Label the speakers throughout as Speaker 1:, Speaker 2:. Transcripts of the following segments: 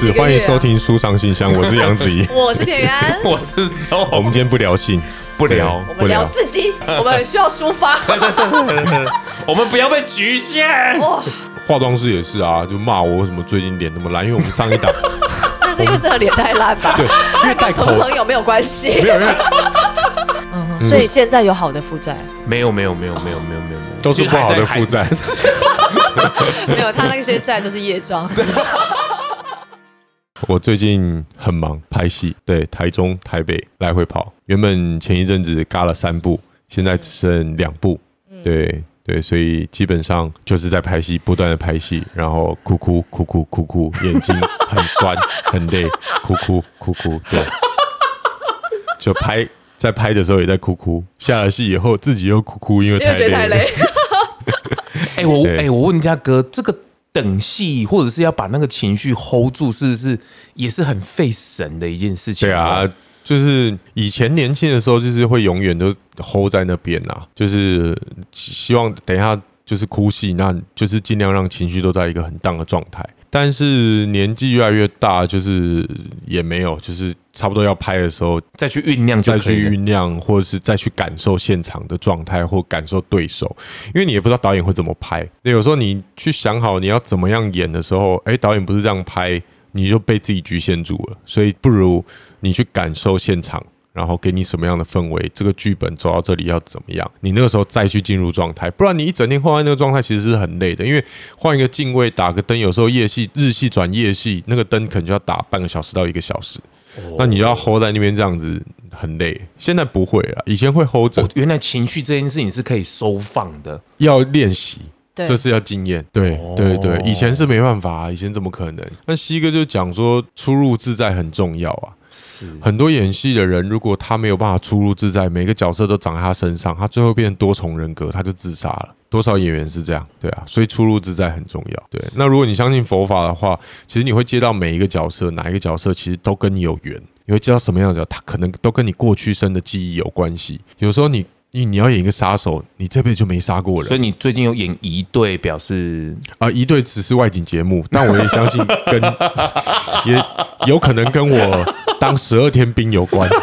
Speaker 1: 是欢迎收听书上信箱，我是杨子 怡。
Speaker 2: 我是田园，
Speaker 3: 我是收，
Speaker 1: 我们今天不聊性，
Speaker 3: 不聊
Speaker 2: 我们聊 自己，我们很需要抒发。
Speaker 3: 我们不要被局限。
Speaker 2: 哇，
Speaker 1: 化妆师也是啊，就骂我为什么最近脸那么烂，因为我们上一 档
Speaker 2: 那是因为这个脸太烂吧？
Speaker 1: 对，因为戴口
Speaker 2: 同朋友没有关系
Speaker 1: 没。有，因为
Speaker 2: 嗯所以现在有好的负债，
Speaker 3: 没有没有没有没有没有没有，没有
Speaker 1: 都是不好的负债。
Speaker 3: 就是还在
Speaker 2: 没有他那些债都是业 障。
Speaker 1: 我最近很忙，拍戏，对，台中、台北来回跑。原本前一阵子嘎了三部，现在只剩两部。
Speaker 2: 嗯
Speaker 1: 对对，所以基本上就是在拍戏，不断的拍戏，然后哭哭哭哭哭哭，眼睛很酸很累，哭哭哭哭， 对，就拍。在拍的时候也在哭哭，下了戏以后自己又哭哭，因为
Speaker 2: 因为
Speaker 1: 太
Speaker 2: 觉
Speaker 1: 累
Speaker 2: 得太
Speaker 1: 了。
Speaker 2: 累，
Speaker 3: 哎、我
Speaker 1: 对
Speaker 3: 哎、我问一下哥，这个等戏或者是要把那个情绪 hold 住，是不是也是很费神的一件事情？
Speaker 1: 对啊，，就是以前年轻的时候，就是会永远都 hold 在那边呐、就是希望等一下就是哭戏，那就是尽量让情绪都在一个很荡的状态。但是年纪越来越大，就是也没有，就是差不多要拍的时候
Speaker 3: 再去酝酿就
Speaker 1: 再
Speaker 3: 可以
Speaker 1: 去
Speaker 3: 了。
Speaker 1: 酝酿，或者是再去感受现场的状态或感受对手，因为你也不知道导演会怎么拍。对，有时候你去想好你要怎么样演的时候，哎，导演不是这样拍，你就被自己局限住了。所以不如你去感受现场。然后给你什么样的氛围？这个剧本走到这里要怎么样？你那个时候再去进入状态，不然你一整天换在那个状态，其实是很累的。因为换一个镜位，打个灯，有时候夜戏、日戏转夜戏，那个灯可能就要打半个小时到一个小时。那你要 hold 在那边这样子很累，现在不会啊了，以前会 hold 着
Speaker 3: 哦，，原来情绪这件事情是可以收放的。
Speaker 1: 要练习，
Speaker 2: 对
Speaker 1: 这是要经验，对
Speaker 3: 哦
Speaker 1: 对对，以前是没办法、啊以前怎么可能？那西哥就讲说，出入自在很重要啊。
Speaker 3: 是
Speaker 1: 很多演戏的人，如果他没有办法出入自在，每个角色都长在他身上，他最后变成多重人格，他就自杀了。多少演员是这样，对啊，所以出入自在很重要。对，那如果你相信佛法的话，其实你会接到每一个角色，哪一个角色其实都跟你有缘，你会接到什么样的角色，他可能都跟你过去生的记忆有关系。有时候你你你要演一个杀手，你这辈子就没杀过人
Speaker 3: 所以，你最近有演一对，表示
Speaker 1: 啊，一对只是外景节目，但我也相信跟也有可能跟我当十二天兵有关，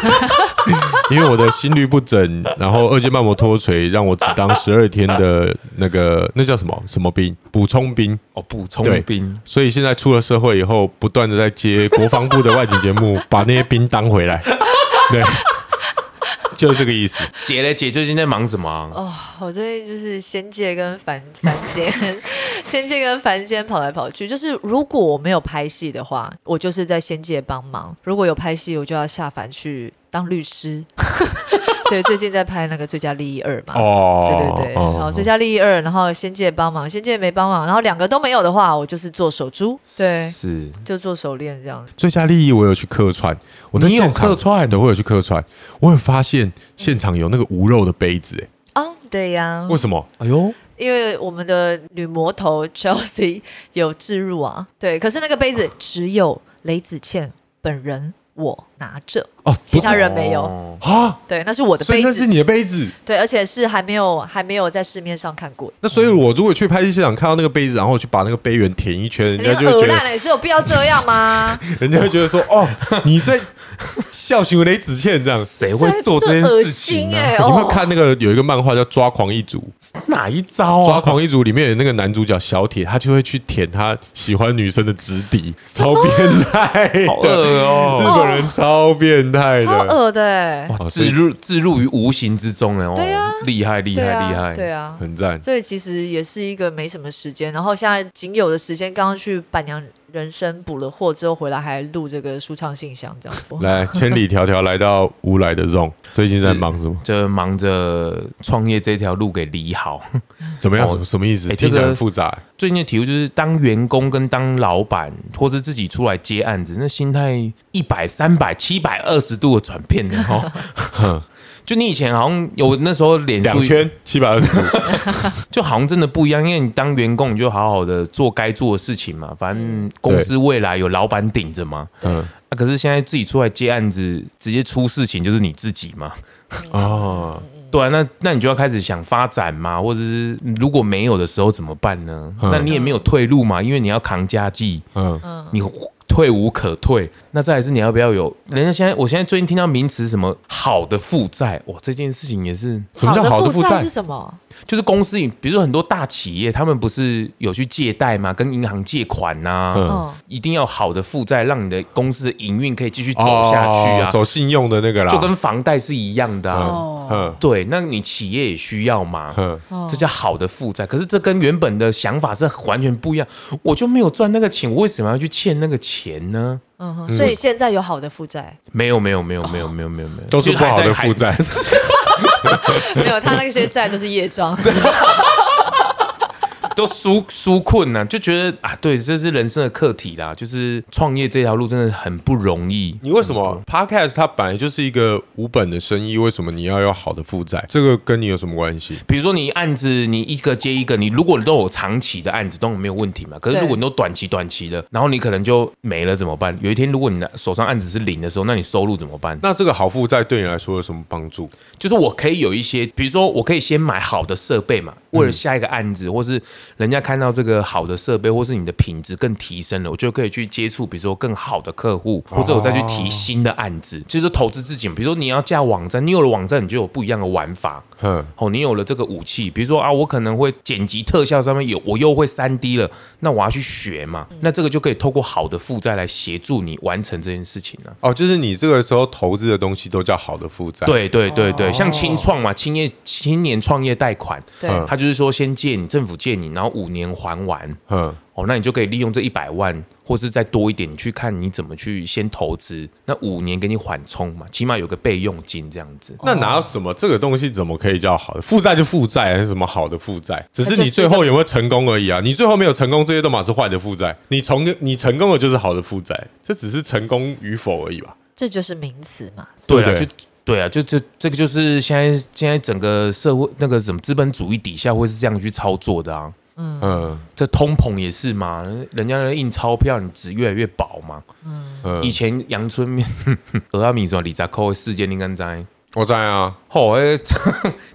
Speaker 1: 因为我的心律不整，然后二尖瓣膜脱垂，让我只当十二天的那个那叫什么什么兵补充兵，
Speaker 3: 哦，补充
Speaker 1: 对
Speaker 3: 兵
Speaker 1: 所以现在出了社会以后，不断的在接国防部的外景节目，把那些兵当回来， 对，就是这个意思。
Speaker 3: 姐嘞，姐最近在忙什么啊、
Speaker 2: 哦，我最近就是仙界跟凡凡间， 仙界跟凡间跑来跑去。就是如果我没有拍戏的话，我就是在仙界帮忙；如果有拍戏，我就要下凡去当律师。 对，最近在拍那个《最佳利益二》嘛。
Speaker 1: 哦，
Speaker 2: 对对对，然后《最佳利益二》，然后《仙界》帮忙，《仙界》没帮忙，然后两个都没有的话，我就是做手珠，对，
Speaker 3: 是
Speaker 2: 就做手链这样。
Speaker 1: 最佳利益我有去客串，我在
Speaker 3: 你有
Speaker 1: 现场
Speaker 3: 客串
Speaker 1: 对，我有去客串。我有发现现场有那个无肉的杯子、欸，
Speaker 2: 哦，对呀、
Speaker 1: 为什么？
Speaker 3: 哎呦，
Speaker 2: 因为我们的女魔头 Chelsea 有置入啊，对，可是那个杯子只有雷子倩本人我拿着，
Speaker 1: 哦，
Speaker 2: 其他人没有，
Speaker 3: 哦
Speaker 1: 啊，
Speaker 2: 对，那是我的
Speaker 1: 所以
Speaker 2: 杯
Speaker 1: 那是
Speaker 2: 子，
Speaker 1: 你的杯子。
Speaker 2: 对，而且是还没有还没有在市面上看过的。
Speaker 1: 那所以，我如果去拍戏现场看到那个杯子，然后我去把那个杯缘填一圈，人
Speaker 2: 你
Speaker 1: 家
Speaker 2: 很
Speaker 1: 就
Speaker 2: 恶
Speaker 1: 会觉
Speaker 2: 烂
Speaker 1: 得，
Speaker 2: 了，是有必要这样 吗？
Speaker 1: 人家会觉得说，哦，你在笑行雷子倩这样。
Speaker 3: 谁会做这件
Speaker 2: 恶
Speaker 3: 事情
Speaker 2: 心
Speaker 3: 呢、
Speaker 2: 哎、
Speaker 1: 啊 你
Speaker 2: 哦
Speaker 1: 会，看那个有一个漫画叫《抓狂一族》，
Speaker 3: 哪一招
Speaker 1: 《抓
Speaker 3: 啊？
Speaker 1: 狂一族》里面有那个男主角小铁，他就会去舔他喜欢女生的直底，超变态的，
Speaker 3: 好恶哦、
Speaker 1: 日本人超变态
Speaker 2: 超
Speaker 1: 的，
Speaker 2: 恶的、欸，
Speaker 1: 哦所
Speaker 3: 置
Speaker 1: 以
Speaker 3: 哎入置入于无形之中了哦，
Speaker 2: 对啊
Speaker 3: 厉害厉害
Speaker 2: 对啊，
Speaker 3: 厉害，
Speaker 2: 对啊。
Speaker 1: 很赞。
Speaker 2: 所以其实也是一个没什么时间，然后现在仅有的时间，刚刚去板娘人生补了货之后回来，还录这个舒畅信箱这样子。
Speaker 1: 来，千里迢迢来到乌来的 Zone，最近在忙什么？
Speaker 3: 就忙着创业这条路给理好。
Speaker 1: 怎么样？
Speaker 3: 哦
Speaker 1: 什么什么意思？
Speaker 3: 哎
Speaker 1: 听起
Speaker 3: 这
Speaker 1: 来
Speaker 3: 个
Speaker 1: 很复杂。
Speaker 3: 最近的体悟就是，当员工跟当老板，或是自己出来接案子，那心态一百、三百、七百二十度的转变的哦。 就你以前好像有那时候脸书
Speaker 1: 两圈七百二十五，
Speaker 3: 就好像真的不一样，因为你当员工，你就好好的做该做的事情嘛，反
Speaker 2: 嗯
Speaker 3: 正公司未来有老板顶着嘛。
Speaker 1: 嗯，
Speaker 3: 啊、可是现在自己出来接案子，直接出事情就是你自己嘛。
Speaker 1: 哦，
Speaker 3: 对啊，那那你就要开始想发展嘛，或者是如果没有的时候怎么办呢？
Speaker 1: 嗯
Speaker 3: 那你也没有退路嘛，因为你要扛家计，
Speaker 1: 嗯，
Speaker 3: 你退无可退。那再来是你要不要有？人家现在我现在最近听到名词什么好的负债，哇，这件事情也是
Speaker 1: 什么叫好
Speaker 2: 好
Speaker 1: 的
Speaker 2: 的
Speaker 1: 负
Speaker 2: 负
Speaker 1: 债
Speaker 2: 是？什么？
Speaker 3: 就是公司，比如说很多大企业，他们不是有去借贷嘛，跟银行借款呐、
Speaker 1: 嗯
Speaker 2: 嗯，
Speaker 3: 一定要好的负债，让你的公司的营运可以继续走下去
Speaker 1: 哦
Speaker 3: 啊，
Speaker 1: 走信用的那个啦，
Speaker 3: 就跟房贷是一样的啊。
Speaker 2: 哦
Speaker 1: 嗯
Speaker 3: 对，那你企业也需要嘛，
Speaker 1: 嗯，
Speaker 2: 哦
Speaker 3: 这叫好的负债。可是这跟原本的想法是完全不一样。我就没有赚那个钱，我为什么要去欠那个钱呢？
Speaker 2: 嗯哼，所以现在有好的负债，
Speaker 3: 没有，没有，没有，没有，没有，没有，没有，
Speaker 1: 都是
Speaker 3: 就
Speaker 1: 不
Speaker 3: 还
Speaker 1: 好
Speaker 3: 在
Speaker 1: 的负。债。
Speaker 2: 没有他那些债都是业障。
Speaker 3: 都纾纾困呐、就觉得啊，对，这是人生的课题啦，就是创业这条路真的很不容易。
Speaker 1: 你为什么 podcast 它本来就是一个无本的生意，为什么你要有好的负债？这个跟你有什么关系？
Speaker 3: 比如说你案子，你一个接一个，你如果都有长期的案子，都没有问题嘛。可是
Speaker 2: 对
Speaker 3: 如果你都短期短期的，然后你可能就没了怎么办？有一天如果你拿手上案子是零的时候，那你收入怎么办？
Speaker 1: 那这个好负债对你来说有什么帮助？
Speaker 3: 就是我可以有一些，比如说我可以先买好的设备嘛，为了下一个案子，或是人家看到这个好的设备，或是你的品质更提升了，我就可以去接触，比如说更好的客户，或者我再去提新的案子，就是投资自己嘛。比如说你要架网站，你有了网站，你就有不一样的玩法。
Speaker 1: 哼，
Speaker 3: 哦，你有了这个武器，比如说啊，我可能会剪辑特效上面有，我又会三 D 了，那我要去学嘛，
Speaker 2: 嗯
Speaker 3: 那这个就可以透过好的负债来协助你完成这件事情了、
Speaker 1: 哦，就是你这个时候投资的东西都叫好的负债。，
Speaker 3: 对对对对，
Speaker 2: 哦
Speaker 3: 像青创嘛，青业青年创业贷款，
Speaker 2: 对，
Speaker 1: 嗯
Speaker 3: 他就是说先借你，政府借你，然后五年还完。
Speaker 1: 哼，
Speaker 3: 哦，那你就可以利用这一百万，或是再多一点，你去看你怎么去先投资。那五年给你缓冲嘛，起码有个备用金这样子。
Speaker 1: 那哪有什么这个东西怎么可以叫好的负债就负债，还是什么好的负债？只是
Speaker 2: 它就
Speaker 1: 你
Speaker 2: 是
Speaker 1: 最后有没有成功而已啊！你最后没有成功，这些都嘛是坏的负债。你成你成功了就是好的负债，这只是成功与否而已吧？
Speaker 2: 这就是名词嘛。
Speaker 1: 对
Speaker 3: 啊，
Speaker 1: 不对
Speaker 3: 就对啊，就这这个就是现在现在整个社会那个什么资本主义底下会是这样去操作的啊。
Speaker 1: 嗯
Speaker 3: 这通膨也是嘛，人家印钞票，你纸越来越薄嘛。以
Speaker 1: 嗯，
Speaker 3: 前阳春面、俄阿米什么李扎扣事件，你敢知道？
Speaker 1: 我在啊。
Speaker 3: 吼、欸，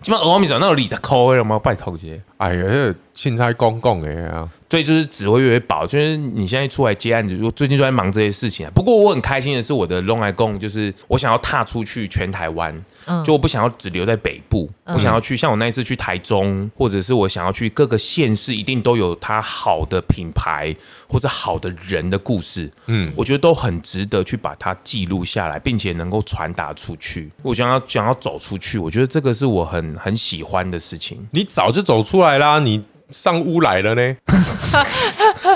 Speaker 3: 基本俄阿米什那有二十块了吗？拜托姐。
Speaker 1: 哎呀，钦差公公哎呀，
Speaker 3: 所以就是只会越来越薄，就是你现在出来接案子，我最近就在忙这些事情啊。不过我很开心的是，我的 Long I 共就是我想要踏出去全台湾，
Speaker 2: 嗯
Speaker 3: 就我不想要只留在北部，我想要去像我那一次去台中，或者是我想要去各个县市，一定都有它好的品牌或者好的人的故事。嗯，我觉得都很值得去把它记录下来，并且能够传达出去。我想要想要走出去，我觉得这个是我很很喜欢的 事情，
Speaker 1: 你早就走出来啦，你上屋来了呢。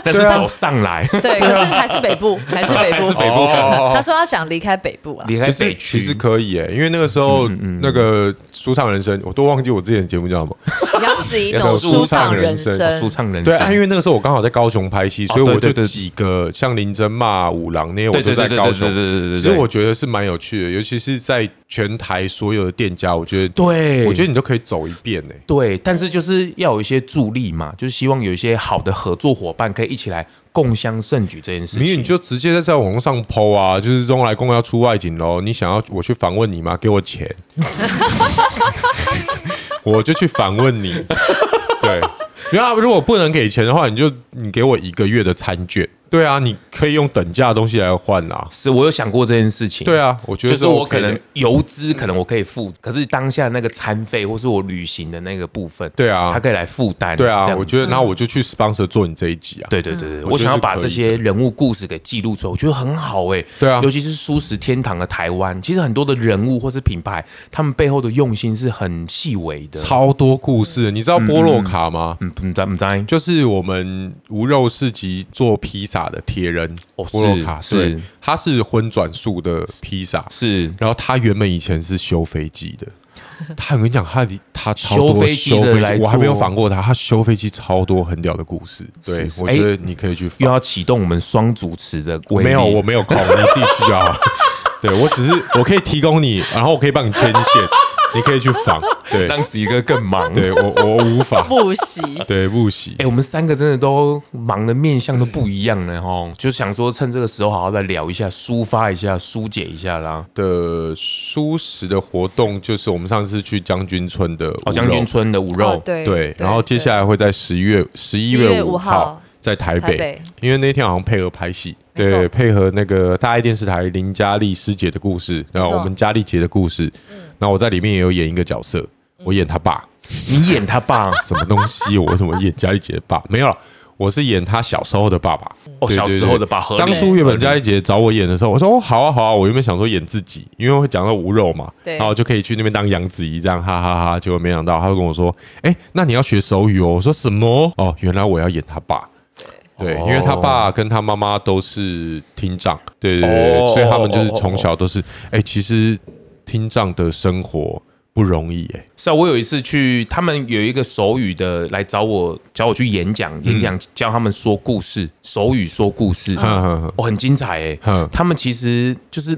Speaker 3: 但是走上来。
Speaker 2: 对，可啊是还是北部，还是北
Speaker 3: 还是
Speaker 2: 部。
Speaker 3: 北部
Speaker 1: 哦
Speaker 2: 他说他想离开北部啊。
Speaker 3: 离开
Speaker 1: 其
Speaker 3: 北
Speaker 1: 实
Speaker 3: 区
Speaker 1: 其实可以耶，因为那个时候那个舒畅人生，我都忘记我之前的节目叫什么。
Speaker 2: 杨子怡
Speaker 3: 要
Speaker 2: 懂
Speaker 3: 舒
Speaker 2: 舒
Speaker 1: 畅
Speaker 2: 畅
Speaker 1: 人
Speaker 2: 人
Speaker 1: 生
Speaker 2: 生，
Speaker 3: 舒畅人
Speaker 1: 对
Speaker 3: 生，
Speaker 1: 啊，因为那个时候我刚好在高雄拍戏，所以
Speaker 3: 哦对
Speaker 1: 我就
Speaker 3: 对对
Speaker 1: 几个像林真嘛、五郎那些，我
Speaker 3: 对
Speaker 1: 都
Speaker 3: 对
Speaker 1: 在
Speaker 3: 对对
Speaker 1: 高
Speaker 3: 对
Speaker 1: 雄
Speaker 3: 对对。对对，
Speaker 1: 其实我觉得是蛮有趣的，尤其是在全台所有的店家，我觉得，
Speaker 3: 对，
Speaker 1: 我觉得你都可以走一遍呢。欸
Speaker 3: 对，但是就是要有一些助力嘛，就是希望有一些好的合作伙伴可以一起来共襄盛举这件事
Speaker 1: 明
Speaker 3: 情。
Speaker 1: 明你就直接在在网络上 PO 啊，就是中来公要出外景喽，你想要我去访问你吗？给我 钱，我就去访问你。对，然后如果不能给钱的话，你就你给我一个月的餐券。对啊，你可以用等价的东西来换啊。
Speaker 3: 是我有想过这件事情，
Speaker 1: 对，啊，我觉得
Speaker 3: 就是我
Speaker 1: OK
Speaker 3: 可
Speaker 1: 的
Speaker 3: 能游资可能我可以付，可是当下那个餐费或是我旅行的那个部分，
Speaker 1: 对啊
Speaker 3: 他可以来负担。
Speaker 1: 对啊
Speaker 3: 这，样
Speaker 1: 我觉得，然后我就去 sponsor 做你这一集啊。
Speaker 3: 对对对对，
Speaker 1: 嗯
Speaker 3: 我想要把
Speaker 1: 我觉
Speaker 3: 这
Speaker 1: 得是可以的
Speaker 3: 些人物故事给记录出来，我觉得很好哎、
Speaker 1: 对啊
Speaker 3: 尤其是素食天堂的台湾，其实很多的人物或是品牌，他们背后的用心是很细微的。
Speaker 1: 超多故事，你知道波洛卡吗？
Speaker 3: 嗯，不知不知，
Speaker 1: 就是我们无肉市集做披萨的铁人
Speaker 3: 哦
Speaker 1: 波洛卡，
Speaker 3: 是
Speaker 1: 对
Speaker 3: 是，
Speaker 1: 他是荤转素的披萨，
Speaker 3: 是
Speaker 1: 然后他原本以前是修飞机的。他我跟你讲，他他超多
Speaker 3: 修飞机的
Speaker 1: 修
Speaker 3: 来
Speaker 1: 我还没有
Speaker 3: 做
Speaker 1: 访过他，他修飞机超多很屌的故事。对
Speaker 3: 是，是
Speaker 1: 我觉得
Speaker 3: 哎
Speaker 1: 你可以去访
Speaker 3: 又。要启动我们双主持的威力
Speaker 1: 没有，我没有空，你自己去就 好。对我只是我可以提供你，然后我可以帮你牵 线，你可以去访。对，
Speaker 3: 让子怡哥更忙。
Speaker 1: 对我我无法，
Speaker 2: 不惜。
Speaker 1: 对不行
Speaker 3: 哎、。我们三个真的都忙的面相都不一样了哦，就想说趁这个时候好好来聊一下，抒发一下，疏解一下啦。
Speaker 1: 的舒适的活动就是我们上次去将军村的
Speaker 3: 哦，
Speaker 1: 五
Speaker 3: 将
Speaker 1: 楼
Speaker 3: 军村的五肉，
Speaker 2: 哦，对
Speaker 1: 对，然后接下
Speaker 2: 来
Speaker 1: 来会在十一月十一
Speaker 2: 11
Speaker 1: 月
Speaker 2: 月
Speaker 1: 五
Speaker 2: 5
Speaker 1: 号
Speaker 2: 号
Speaker 1: 在台
Speaker 2: 台
Speaker 1: 北
Speaker 2: 北，
Speaker 1: 因为那天好像配合拍戏，
Speaker 2: 没错
Speaker 1: 对，配合那个大爱电视台林佳丽师姐的故事，然后
Speaker 2: 没错
Speaker 1: 我们佳丽姐的故事，那我在里面也有演一个角色，我演他爸，
Speaker 3: 你演他爸
Speaker 1: 什么东西？我为什么演佳丽姐的爸？没有了，我是演他小时候的爸爸。
Speaker 3: 哦，
Speaker 1: 对
Speaker 3: 小时候的爸，合理
Speaker 1: 当初原本佳丽姐找我演的时候，我说哦，好啊，好啊，我原本想说演自己，因为会讲到无肉嘛，
Speaker 2: 对
Speaker 1: 然后就可以去那边当杨子怡这样，哈哈哈结果没想到，他就跟我说，哎、那你要学手语哦。我说什么？哦，原来我要演他爸。对，
Speaker 3: 哦
Speaker 1: 因为他爸跟他妈妈都是听障，对对对对
Speaker 3: 哦
Speaker 1: 所以他们就是从小都是，哎、其实听障的生活不容易、哎，
Speaker 3: 是啊，我有一次去，他们有一个手语的来找我，找我去演讲，演讲教他们说故事，手语说故事，
Speaker 1: 哼哼哼
Speaker 3: 哦，很精彩哎、
Speaker 1: 哼
Speaker 3: 他们其实就是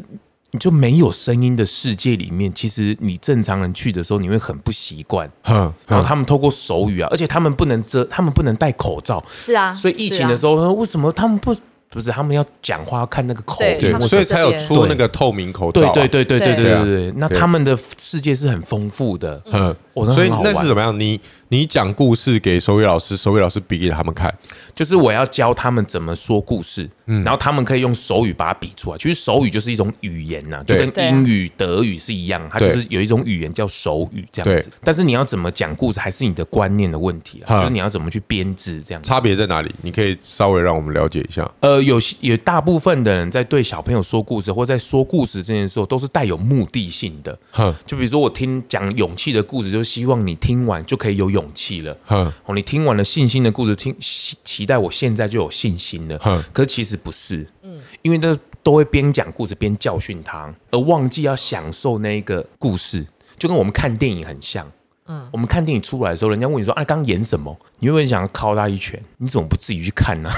Speaker 3: 你就没有声音的世界里面，其实你正常人去的时候，你会很不习惯。
Speaker 1: 哼
Speaker 3: 然
Speaker 1: 哼，
Speaker 3: 后他们透过手语啊，而且他们不能遮，他们不能戴口罩，
Speaker 2: 是啊，
Speaker 3: 所以疫情的时
Speaker 2: 候，
Speaker 3: 候，为什么他们不不是他们要讲话看那个口
Speaker 2: 对
Speaker 1: 对
Speaker 2: 他，们
Speaker 1: 所以才有
Speaker 2: 是这边
Speaker 1: 出那个透明口罩、
Speaker 3: 对
Speaker 1: 啊，
Speaker 3: 对对对对对
Speaker 1: 对啊
Speaker 3: 对对，那
Speaker 1: 对
Speaker 3: 他们的世界是很丰富的，
Speaker 1: 嗯，
Speaker 3: 哦那
Speaker 1: 所以
Speaker 3: 很好
Speaker 1: 那
Speaker 3: 玩
Speaker 1: 是怎么样？你你讲故事给手语老师，手语老师比给他们看，
Speaker 3: 就是我要教他们怎么说故事，
Speaker 1: 嗯
Speaker 3: 然后他们可以用手语把它比出来。其实手语就是一种语言呐、就
Speaker 1: 对
Speaker 3: 跟英语、德语是一样，它就
Speaker 1: 对
Speaker 3: 是有一种语言叫手语这样子
Speaker 1: 对。
Speaker 3: 但是你要怎么讲故事，还是你的观念的问题啊
Speaker 1: 哈
Speaker 3: 啦，就是你要怎么去编制这样子。
Speaker 1: 差别在哪里？你可以稍微让我们了解一下。
Speaker 3: 呃，有些有大部分的人在对小朋友说故事，或在说故事这件事，都是带有目的性的。
Speaker 1: 哼
Speaker 3: 就比如说我听讲勇气的故事，就希望你听完就可以有勇气了。
Speaker 1: 哼
Speaker 3: 哦，你听完了信心的故事，听期期待我现在就有信心了。
Speaker 1: 哼
Speaker 3: 可其实不是，嗯，因为这都会边讲故事边教训他，而忘记要享受那一个故事，就跟我们看电影很像。嗯，我们看电影出来的时候，人家问你说：“啊，刚演什么？”你会不会想要敲他一拳？你怎么不自己去看呢、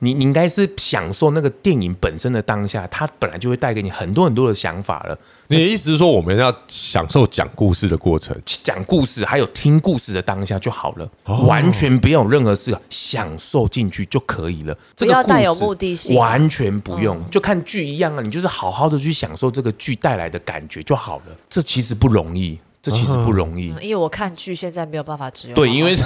Speaker 3: 你你应该是享受那个电影本身的当下，它本来就会带给你很多很多的想法了。
Speaker 1: 你的意思是说，我们要享受讲故事的过程？
Speaker 3: 讲故事，还有听故事的当下就好了，完全不要有任何事，享受进去就可以了。这个
Speaker 2: 要带有
Speaker 3: 故事
Speaker 2: 目的性嗯
Speaker 3: 完全不用，就看剧一样啊，你就是好好的去享受这个剧带来的感觉就好了。这其实不容易，这其实不容易。
Speaker 2: 嗯因为我看剧现在没有办法只有
Speaker 3: 对，
Speaker 2: 好好
Speaker 3: 因为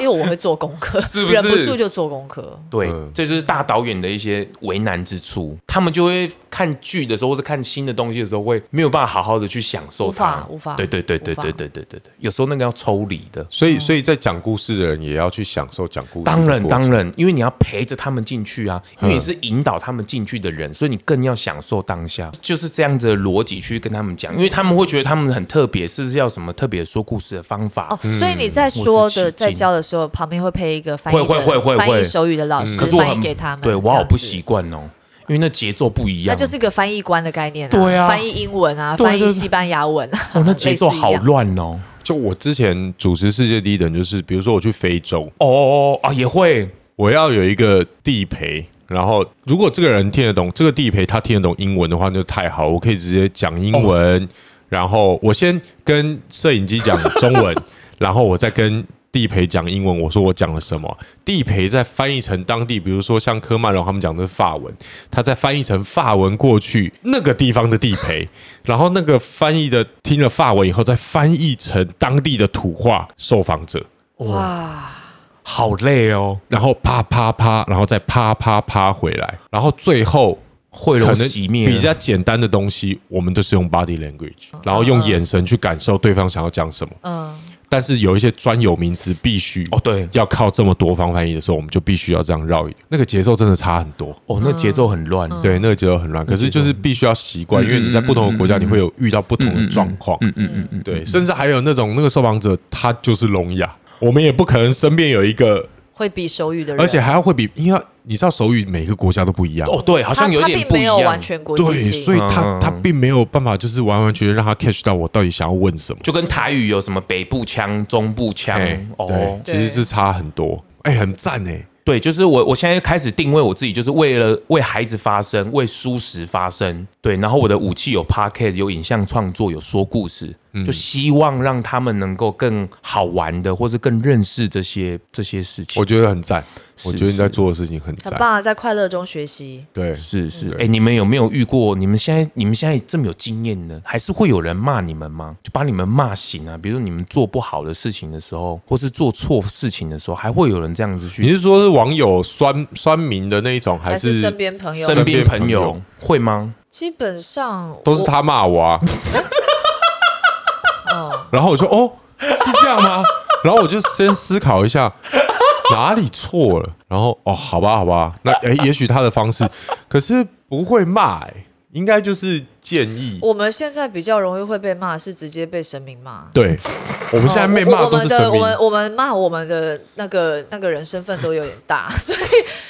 Speaker 2: 因为我会做功课，
Speaker 3: 是不是
Speaker 2: 忍不住就做功课。
Speaker 3: 对
Speaker 1: 嗯，
Speaker 3: 这就是大导演的一些为难之处。他们就会看剧的时候，或是看新的东西的时候，会没有办法好好的去享受它。
Speaker 2: 无法无法
Speaker 3: 对对对对
Speaker 2: 无法
Speaker 3: 对对对对对，有时候那个要抽离的。
Speaker 1: 所
Speaker 2: 嗯
Speaker 1: 以，所以在讲故事的人也要去享受讲故事。
Speaker 3: 当然，当，然，因为你要陪着他们进去啊，因为你是引导他们进去的人，所以你更要享受当下，就是这样子的逻辑去跟他们
Speaker 2: 嗯
Speaker 3: 讲，因为他们会觉得他们很特别，是不是要什么特别说故事的方法？
Speaker 2: 哦，所以你在说
Speaker 3: 嗯我是
Speaker 2: 的、
Speaker 3: 奇
Speaker 2: 在
Speaker 3: 迹
Speaker 2: 教的时候，旁边会配一个翻译的
Speaker 3: 会会会会
Speaker 2: 翻译
Speaker 3: 会嗯
Speaker 2: 手语的老师
Speaker 3: 可是我
Speaker 2: 翻
Speaker 3: 很
Speaker 2: 译给他们。
Speaker 3: 对我
Speaker 2: 这
Speaker 3: 好
Speaker 2: 样
Speaker 3: 不
Speaker 2: 子
Speaker 3: 习惯哦，因为那节奏不一
Speaker 2: 那
Speaker 3: 样，哦
Speaker 2: 就是个翻译官的概念、啊，
Speaker 3: 对啊
Speaker 2: 翻译英文啊，
Speaker 3: 对
Speaker 2: 翻译
Speaker 3: 对对
Speaker 2: 西班牙文啊，
Speaker 3: 哦，那节奏好
Speaker 2: 类似一样。
Speaker 3: 乱哦，
Speaker 1: 就我之前主持世界第一等，就是比如说我去非洲，
Speaker 3: 哦哦哦啊也会
Speaker 1: 我要有一个地陪，然后如果这个人听得懂，这个地陪他听得懂英文的话，那就太好，我可以直接讲英文，然后我先跟摄影机讲中文， 然后我再跟。地陪讲英文，我说我讲了什么？地陪再翻译成当地，比如说像科曼龙他们讲的是法文，他再翻译成法文过去那个地方的地陪， 然后那个翻译的听了法文以后，再翻译成当地的土话受访者，
Speaker 3: 哦
Speaker 2: 哇，
Speaker 3: 好累哦，
Speaker 1: 然后啪啪啪，然后再啪啪啪回来，然后最后
Speaker 3: 毁
Speaker 1: 可
Speaker 3: 容
Speaker 1: 能
Speaker 3: 熄灭了
Speaker 1: 比较简单的东西，我们都是用 body language，然后用眼神去感受对方想要讲什么。
Speaker 2: 嗯，
Speaker 1: 但是有一些专有名词必须
Speaker 3: 哦对
Speaker 1: 要靠这么多方翻译的时候，我们就必须要这样绕一点，那个节奏真的差很多。
Speaker 3: 哦，那节奏很乱，
Speaker 2: 嗯
Speaker 1: 对，嗯那个节奏嗯很乱，可是就是必须要习惯，因为你在不同的国家，你会有遇到不同的状况。嗯嗯嗯，对，甚至还有那种那个受访者他就是聋哑，我们也不可能身边有一个
Speaker 2: 会比手语的人，
Speaker 1: 而且还要会比，因为它你知道手语每个国家都不一样，
Speaker 3: 哦对，好
Speaker 2: 他
Speaker 3: 像有
Speaker 2: 他
Speaker 3: 点
Speaker 2: 并
Speaker 3: 不一
Speaker 2: 没有
Speaker 3: 样，
Speaker 2: 完全国际
Speaker 1: 对，
Speaker 2: 性，
Speaker 1: 所以他、
Speaker 3: 嗯
Speaker 1: 他并没有办法就是完完全全让他 catch 到我到底想要问什么。
Speaker 3: 就跟台语有什么北部腔、中部腔
Speaker 1: 哎，
Speaker 3: 哦
Speaker 1: 对，，其实是差很多，哎、很赞哎、
Speaker 3: 对，就是我，我现在开始定位我自己，就是为了为孩子发声，为舒适发声。对，然后我的武器有 podcast，有影像创作，有说故事。
Speaker 1: 嗯
Speaker 3: 就希望让他们能够更好玩的，或是更认识这些这些事情
Speaker 1: 我。觉得很赞，我觉得你在
Speaker 3: 是
Speaker 1: 做的事情很
Speaker 2: 很
Speaker 1: 赞，
Speaker 2: 棒啊，在快乐中学习。
Speaker 1: 对，
Speaker 3: 是是，哎、
Speaker 1: 对
Speaker 3: 你们有没有遇过？你们现在你们现在这么有经验呢，还是会有人骂你们吗？就把你们骂醒啊！比如你们做不好的事情的时候，或是做错事情的时候，还会有人这样子
Speaker 1: 你
Speaker 3: 去
Speaker 1: 是说是网友酸酸民的那一种，还
Speaker 2: 还
Speaker 1: 是
Speaker 2: 是身边朋友，
Speaker 1: 身
Speaker 3: 身边
Speaker 1: 边
Speaker 3: 朋
Speaker 1: 朋
Speaker 3: 友
Speaker 1: 友
Speaker 3: 会吗？
Speaker 2: 基本上
Speaker 1: 都是
Speaker 2: 我。
Speaker 1: 他骂 我啊？
Speaker 2: 嗯，
Speaker 1: 然后我就哦，是这样吗？然后我就先思考一下哪里错了，然后哦，好吧，好吧，那诶，也许他的方式，可是不会骂、诶应该就是建议。
Speaker 2: 我们现在比较容易会被骂，是直接被神明骂。
Speaker 1: 对，我们现在被
Speaker 2: 哦
Speaker 1: 骂
Speaker 2: 我
Speaker 1: 都
Speaker 2: 我
Speaker 1: 是
Speaker 2: 们
Speaker 1: 神
Speaker 2: 的我
Speaker 1: 明，
Speaker 2: 们我们骂我们的那个那个人身份都有点大， 所以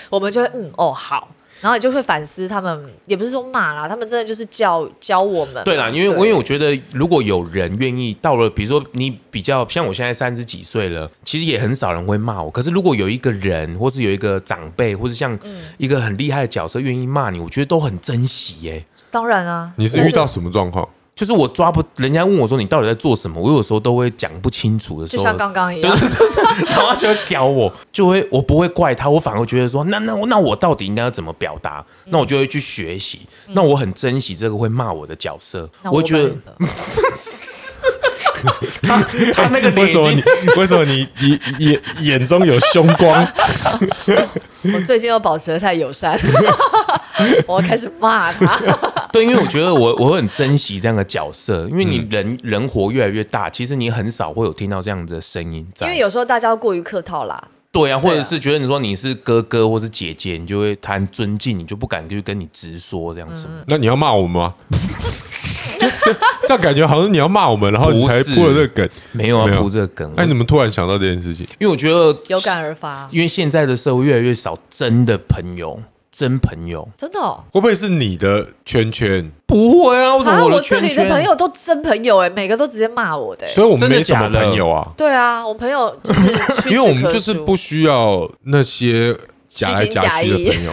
Speaker 2: 我们就会嗯哦好，然后你就会反思他们，也不是说骂啦，他们真的就是教教我们嘛。
Speaker 3: 对啦，因为我因为我觉得，如果有人愿意到了，比如说你比较像我现在三十几岁了，其实也很少人会骂我。可是如果有一个人，或是有一个长辈，或是像一个很厉害的角色愿意骂你，我觉得都很珍惜耶、
Speaker 2: 当然啊，
Speaker 1: 你是遇到什么状况？
Speaker 3: 就是我抓不，人家问我说你到底在做什么，我有时候都会讲不清楚的时
Speaker 2: 就
Speaker 3: 候，
Speaker 2: 像刚刚一样，
Speaker 3: 然后他就会屌我，就会我不会怪他，我反而觉得说，那那那我到底应该要怎么表达？那我就会去学习，那我很珍惜这个会骂我的角色，
Speaker 2: 那
Speaker 3: 我会
Speaker 2: 们
Speaker 3: 觉得他那个
Speaker 1: 为
Speaker 3: 脸已
Speaker 1: 什么
Speaker 3: 经
Speaker 1: 你为什么你你你眼眼中有凶光？
Speaker 2: 我最近又保持的太友善， 我开始骂 他。
Speaker 3: 对，因为我觉得我我会很珍惜这样的角色，因为你人、人活越来越大，其实你很少会有听到这样子的声音
Speaker 2: 因为
Speaker 3: 在。
Speaker 2: 有时候大家都过于客套啦，
Speaker 3: 对啊，或者
Speaker 2: 对啊
Speaker 3: 是觉得你说你是哥哥或是姐姐，你就会他很尊敬，你就不敢去跟你直说这样什么的。
Speaker 1: 那你要骂我们 吗？这样感觉好像你要骂我们，然后你才
Speaker 3: 不是
Speaker 1: 铺了这个梗。
Speaker 3: 没有啊，
Speaker 1: 没有
Speaker 3: 铺这个梗。
Speaker 1: 哎，你怎么突然想到这件事情？
Speaker 3: 因为我觉得
Speaker 2: 有感而发，
Speaker 3: 因为现在的社会越来越少真的朋友，真朋友
Speaker 2: 真的、哦。
Speaker 1: 会不会是你的圈圈？
Speaker 3: 不会啊，为什
Speaker 2: 啊，
Speaker 3: 么
Speaker 2: 我
Speaker 3: 的
Speaker 2: 这
Speaker 3: 圈
Speaker 2: 里的
Speaker 3: 圈？
Speaker 2: 朋友都真朋友哎、每个都直接骂我的、欸。
Speaker 1: 所以我们
Speaker 3: 呃真的
Speaker 1: 没什么
Speaker 3: 假的
Speaker 1: 朋友啊。
Speaker 2: 对啊，我朋友就是屈 指
Speaker 1: 因为我们就是
Speaker 2: 可数
Speaker 1: 不需要那些假来假去的 朋友，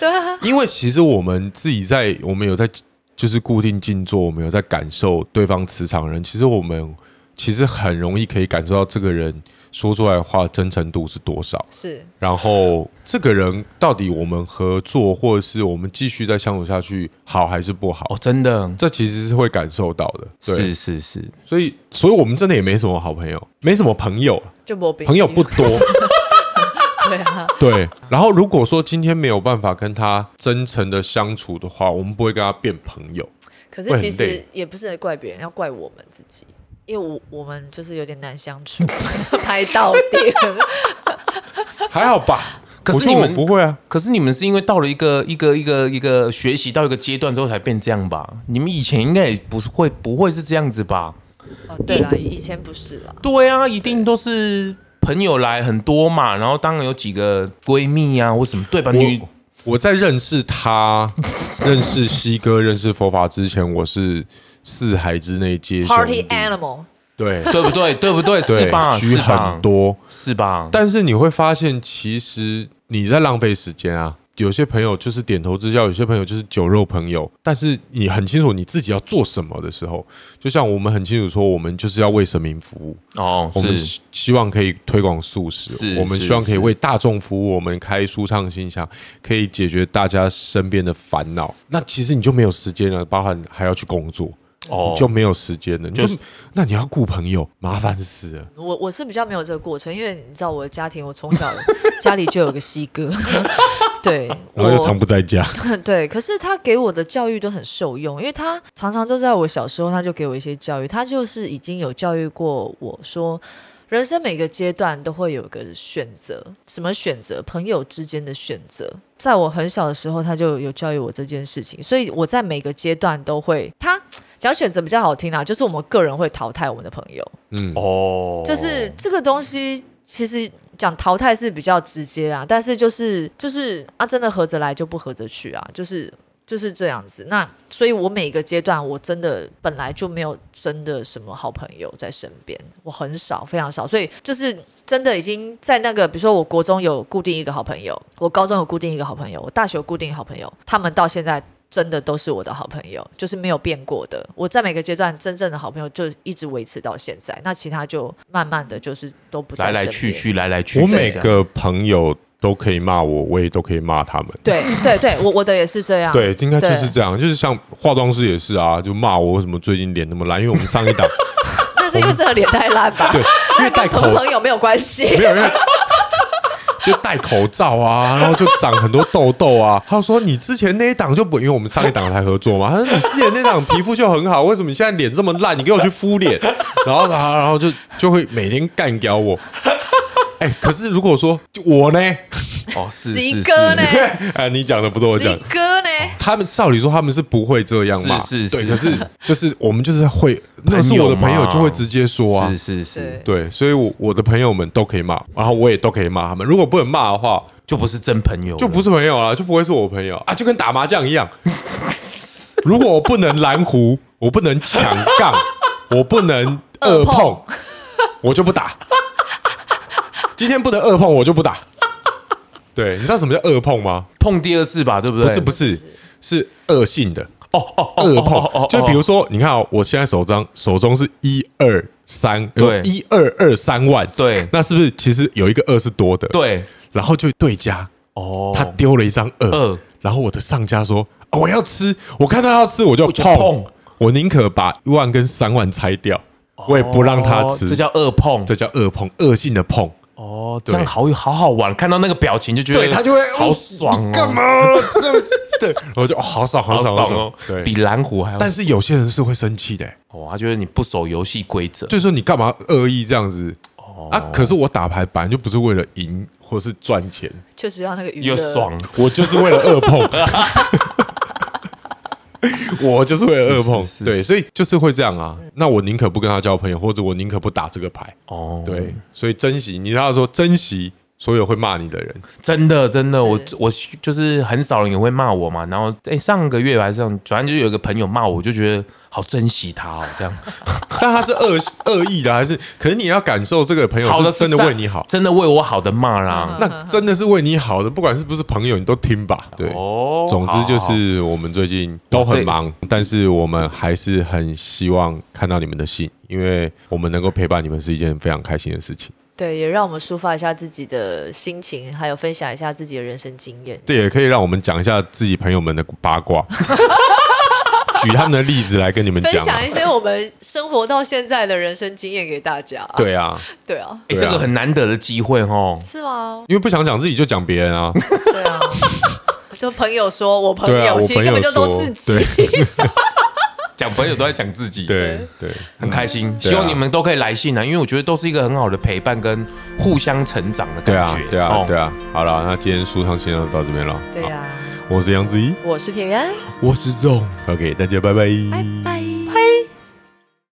Speaker 2: 对啊，
Speaker 1: 因为其实我们自己在，我们有在就是固定静坐，我们有在感受对方磁场的人，其实我们其实很容易可以感受到这个人说出来的话真诚度是多少，
Speaker 2: 是
Speaker 1: 然后这个人到底我们合作或者是我们继续再相处下去好还是不好
Speaker 3: 哦，，真的
Speaker 1: 这其实是会感受到的。对
Speaker 3: 是，是是，
Speaker 1: 所以所以我们真的也没什么好朋友，没什么朋友，
Speaker 2: 就我比
Speaker 1: 朋友不 多。
Speaker 2: 对啊，
Speaker 1: 对，然后如果说今天没有办法跟他真诚的相处的话，我们不会跟他变朋友。
Speaker 2: 可
Speaker 1: 会
Speaker 2: 是
Speaker 1: 很
Speaker 2: 其
Speaker 1: 累
Speaker 2: 实也不是怪别人，要怪我们自己，因为我我们就是有点难相处， 拍到底。
Speaker 1: 还好吧？
Speaker 3: 可是
Speaker 1: 我觉得
Speaker 3: 你
Speaker 1: 我
Speaker 3: 们
Speaker 1: 不会啊，
Speaker 3: 可是你们是因为到了一个一个一个一个学习到一个阶段之后才变这样吧？你们以前应该也不是会不会是这样子吧？
Speaker 2: 哦，对 啦，以前不是啦，
Speaker 3: 对啊，一定都是朋友来很多嘛，然后当然有几个闺蜜啊或什么，对吧？女
Speaker 1: 我我在认识他、 认识西哥、认识佛法之前，我是四海之内皆兄
Speaker 2: Party
Speaker 1: 弟，
Speaker 2: Animal，
Speaker 1: 对
Speaker 3: 对不对？对不对？是
Speaker 1: 对
Speaker 3: 吧？，
Speaker 1: 局
Speaker 3: 是吧
Speaker 1: 很？多。
Speaker 3: 是吧？
Speaker 1: 但是你会发现，其实你在浪费时间啊。有些朋友就是点头之交，有些朋友就是酒肉朋友。但是你很清楚你自己要做什么的时候，就像我们很清楚说，我们就是要为神明服务，
Speaker 3: 哦，
Speaker 1: 我们
Speaker 3: 是
Speaker 1: 希希望可以推广素食
Speaker 3: 是，
Speaker 1: 我们
Speaker 3: 是
Speaker 1: 希望可以
Speaker 3: 是
Speaker 1: 为大众服务，我们开舒畅信箱，可以解决大家身边的烦恼。那其实你就没有时间了，包含还要去工作，
Speaker 3: 哦
Speaker 1: 你就没有时间了。你就
Speaker 3: 就是
Speaker 1: 那你要顾朋友，麻烦死了。
Speaker 2: 我我是比较没有这个过程，因为你知道我的家庭，我从小家里就有个西哥， 对
Speaker 1: 然后又常
Speaker 2: 我
Speaker 1: 不在家，
Speaker 2: 对，可是他给我的教育都很受用，因为他常常都在我小时候，他就给我一些教育，他就是已经有教育过我说。人生每个阶段都会有个选择，什么选择？朋友之间的选择。在我很小的时候，他就有教育我这件事情，所以我在每个阶段都会，他讲选择比较好听啦，就是我们个人会淘汰我们的朋友，
Speaker 1: 嗯，
Speaker 3: 哦，
Speaker 2: 就是这个东西，其实讲淘汰是比较直接啊，但是就是就是啊，真的合着来就不合着去啊，就是就是这样子。那所以，我每个阶段我真的本来就没有真的什么好朋友在身边，我很少，非常少。所以就是真的已经在那个，比如说我国中有固定一个好朋友，我高中有固定一个好朋友，我大学有固定一个好朋友，他们到现在真的都是我的好朋友，就是没有变过的。我在每个阶段真正的好朋友就一直维持到现在，那其他就慢慢的就是都不在
Speaker 3: 来来
Speaker 2: 身
Speaker 3: 去
Speaker 2: 边
Speaker 3: 去，来来去去。
Speaker 1: 我每
Speaker 3: 这样
Speaker 1: 个朋友都可以骂我，我也都可以骂他们。
Speaker 2: 对对对，我我的也是这样。
Speaker 1: 对，应该就是
Speaker 2: 对
Speaker 1: 这样，就是像化妆师也是啊，就骂我为什么最近脸那么烂，因为我们上 一档
Speaker 2: 那是因为这个脸太烂吧？
Speaker 1: 对，因为
Speaker 2: 那
Speaker 1: 戴
Speaker 2: 哎跟
Speaker 1: 口
Speaker 2: 朋朋友没有关系
Speaker 1: 没。有，因为就戴口罩啊，然后就长很多痘痘啊。他说你之前那一档就不，因为我们上一档才合作嘛。他说你之前那档皮肤就很好，为什么你现在脸这么烂？你给我去敷脸， 然后然后然后就就会每天干掉我。哎、可是如果说就我呢，
Speaker 3: 哦，是是
Speaker 2: 一
Speaker 3: 是，
Speaker 2: 哥呢？
Speaker 1: 哎，你讲的不对， 我讲
Speaker 2: 一
Speaker 1: 的。
Speaker 2: 哥呢？
Speaker 1: 他们照理说他们是不会这样嘛，
Speaker 3: 是是
Speaker 1: 对，
Speaker 3: 是
Speaker 1: 可是就是我们就是 会，那是我的朋友就会直接说啊，
Speaker 3: 是是是
Speaker 2: 对，
Speaker 1: 对，所以我我的朋友们都可以骂，然后我也都可以骂他们。如果不能骂的 话，
Speaker 3: 就不是真朋友了，
Speaker 1: 就不是朋友啦，就不会是我朋友啊，就跟打麻将一样。 如果我不能拦胡，我不能抢杠，我不能恶
Speaker 2: 恶
Speaker 1: 碰
Speaker 2: 碰，
Speaker 1: 我就不打。今天不能恶碰，我就不打。对，你知道什么叫恶碰吗？
Speaker 3: 碰第二次吧，对不
Speaker 1: 不
Speaker 3: 对？
Speaker 1: 是，不是，是恶性的
Speaker 3: 哦哦
Speaker 1: 恶
Speaker 3: 哦哦哦
Speaker 1: 碰。
Speaker 3: 哦
Speaker 1: 就比如说，你看哦，我现在手张手中是一二三，
Speaker 3: 对
Speaker 1: 一二二三万，
Speaker 3: 对
Speaker 1: 那是不是其实有一个二是多的？，
Speaker 3: 对
Speaker 1: 然后就对加，
Speaker 3: 哦，
Speaker 1: 他丢了一张二，
Speaker 3: 二
Speaker 1: 然后我的上家说、啊我要吃，我看到他要吃我就
Speaker 3: 我就
Speaker 1: 碰，
Speaker 3: 碰
Speaker 1: 我宁可把一万跟三万拆掉，我也不让他吃，
Speaker 3: 哦哦这叫恶碰
Speaker 1: 这叫恶碰，恶性的碰。
Speaker 3: 哦，这样好好好玩，看到那个表情就觉得
Speaker 1: 对他就会
Speaker 3: 好爽哦，
Speaker 1: 干嘛这样？对，我就、哦、好爽，好
Speaker 3: 好
Speaker 1: 爽，
Speaker 3: 爽
Speaker 1: 好爽
Speaker 3: 哦，比
Speaker 1: 对，
Speaker 3: 蓝湖还要，
Speaker 1: 但是有些人是会生气的、
Speaker 3: 哦，他觉得你不守游戏规则，
Speaker 1: 就是说你干嘛恶意这样子、啊？
Speaker 3: 哦
Speaker 1: 可是我打牌本来就不是为了赢或是赚钱，
Speaker 2: 就是要那个娱乐。
Speaker 3: 又爽，
Speaker 1: 我就是为了恶碰， 我就是为了恶碰，
Speaker 3: 是是是
Speaker 1: 对，所以就是会这样啊。那我宁可不跟他交朋友，或者我宁可不打这个牌，
Speaker 3: 哦，
Speaker 1: 对，所以珍惜，你知道说珍惜所有会骂你的人，
Speaker 3: 真的真的，我
Speaker 2: 是
Speaker 3: 我就是很少人也会骂我嘛。然后哎、诶上个月还是上，反正就有一个朋友骂我，我就觉得好珍惜他哦，这样
Speaker 1: 但他是恶 恶意的，还是？可是你要感受这个朋
Speaker 3: 好
Speaker 1: 友
Speaker 3: 的
Speaker 1: 是真的
Speaker 3: 善
Speaker 1: 为你好，
Speaker 3: 真的为我好的骂啦。
Speaker 1: 那真的是为你好的，不管是不是朋友，你都听吧，对。
Speaker 3: 哦
Speaker 1: 总之就
Speaker 3: 好好好
Speaker 1: 是我们最
Speaker 2: 哦
Speaker 1: 近都很忙，但是我们还是很希望看到你们的信，因为我们能够陪伴你们是一件非常开心的事情。
Speaker 2: 对，也让我们抒发一下自己的心情，还有分享一下自己的人生经验。
Speaker 1: 这也可以让我们讲一下自己朋友们的八 卦，举他们的例子来跟你们
Speaker 2: 分
Speaker 1: 讲、啊
Speaker 2: 享一。些我们生活到现在的人生经验给大家。
Speaker 1: 对啊，
Speaker 2: 对啊，
Speaker 3: 诶
Speaker 1: 对啊
Speaker 3: 这个很难得的机会哦。
Speaker 2: 是吗？
Speaker 1: 因为不想讲自己就讲别人啊。
Speaker 2: 对啊，就朋友说我 朋
Speaker 1: 对啊，
Speaker 2: 友，
Speaker 1: 我
Speaker 2: 其
Speaker 1: 朋
Speaker 2: 实根
Speaker 1: 友
Speaker 2: 本就都
Speaker 1: 说
Speaker 2: 自，己
Speaker 1: 对。
Speaker 3: 讲朋友都在讲自己，，
Speaker 1: 对 对，
Speaker 3: 很开心。
Speaker 1: 对啊
Speaker 3: 希望你们都可以来信啊，因为我觉得都是一个很好的陪伴跟互相成长的
Speaker 1: 对
Speaker 3: 感
Speaker 1: 啊
Speaker 3: 觉。
Speaker 1: 对啊
Speaker 3: 哦
Speaker 1: 对啊。好了，那今天书上先到这边了。
Speaker 2: 对
Speaker 1: 好
Speaker 2: 啊，
Speaker 1: 我是杨子怡，
Speaker 2: 我是铁原，
Speaker 1: 我是 Zong。OK，大家拜拜
Speaker 2: 拜拜。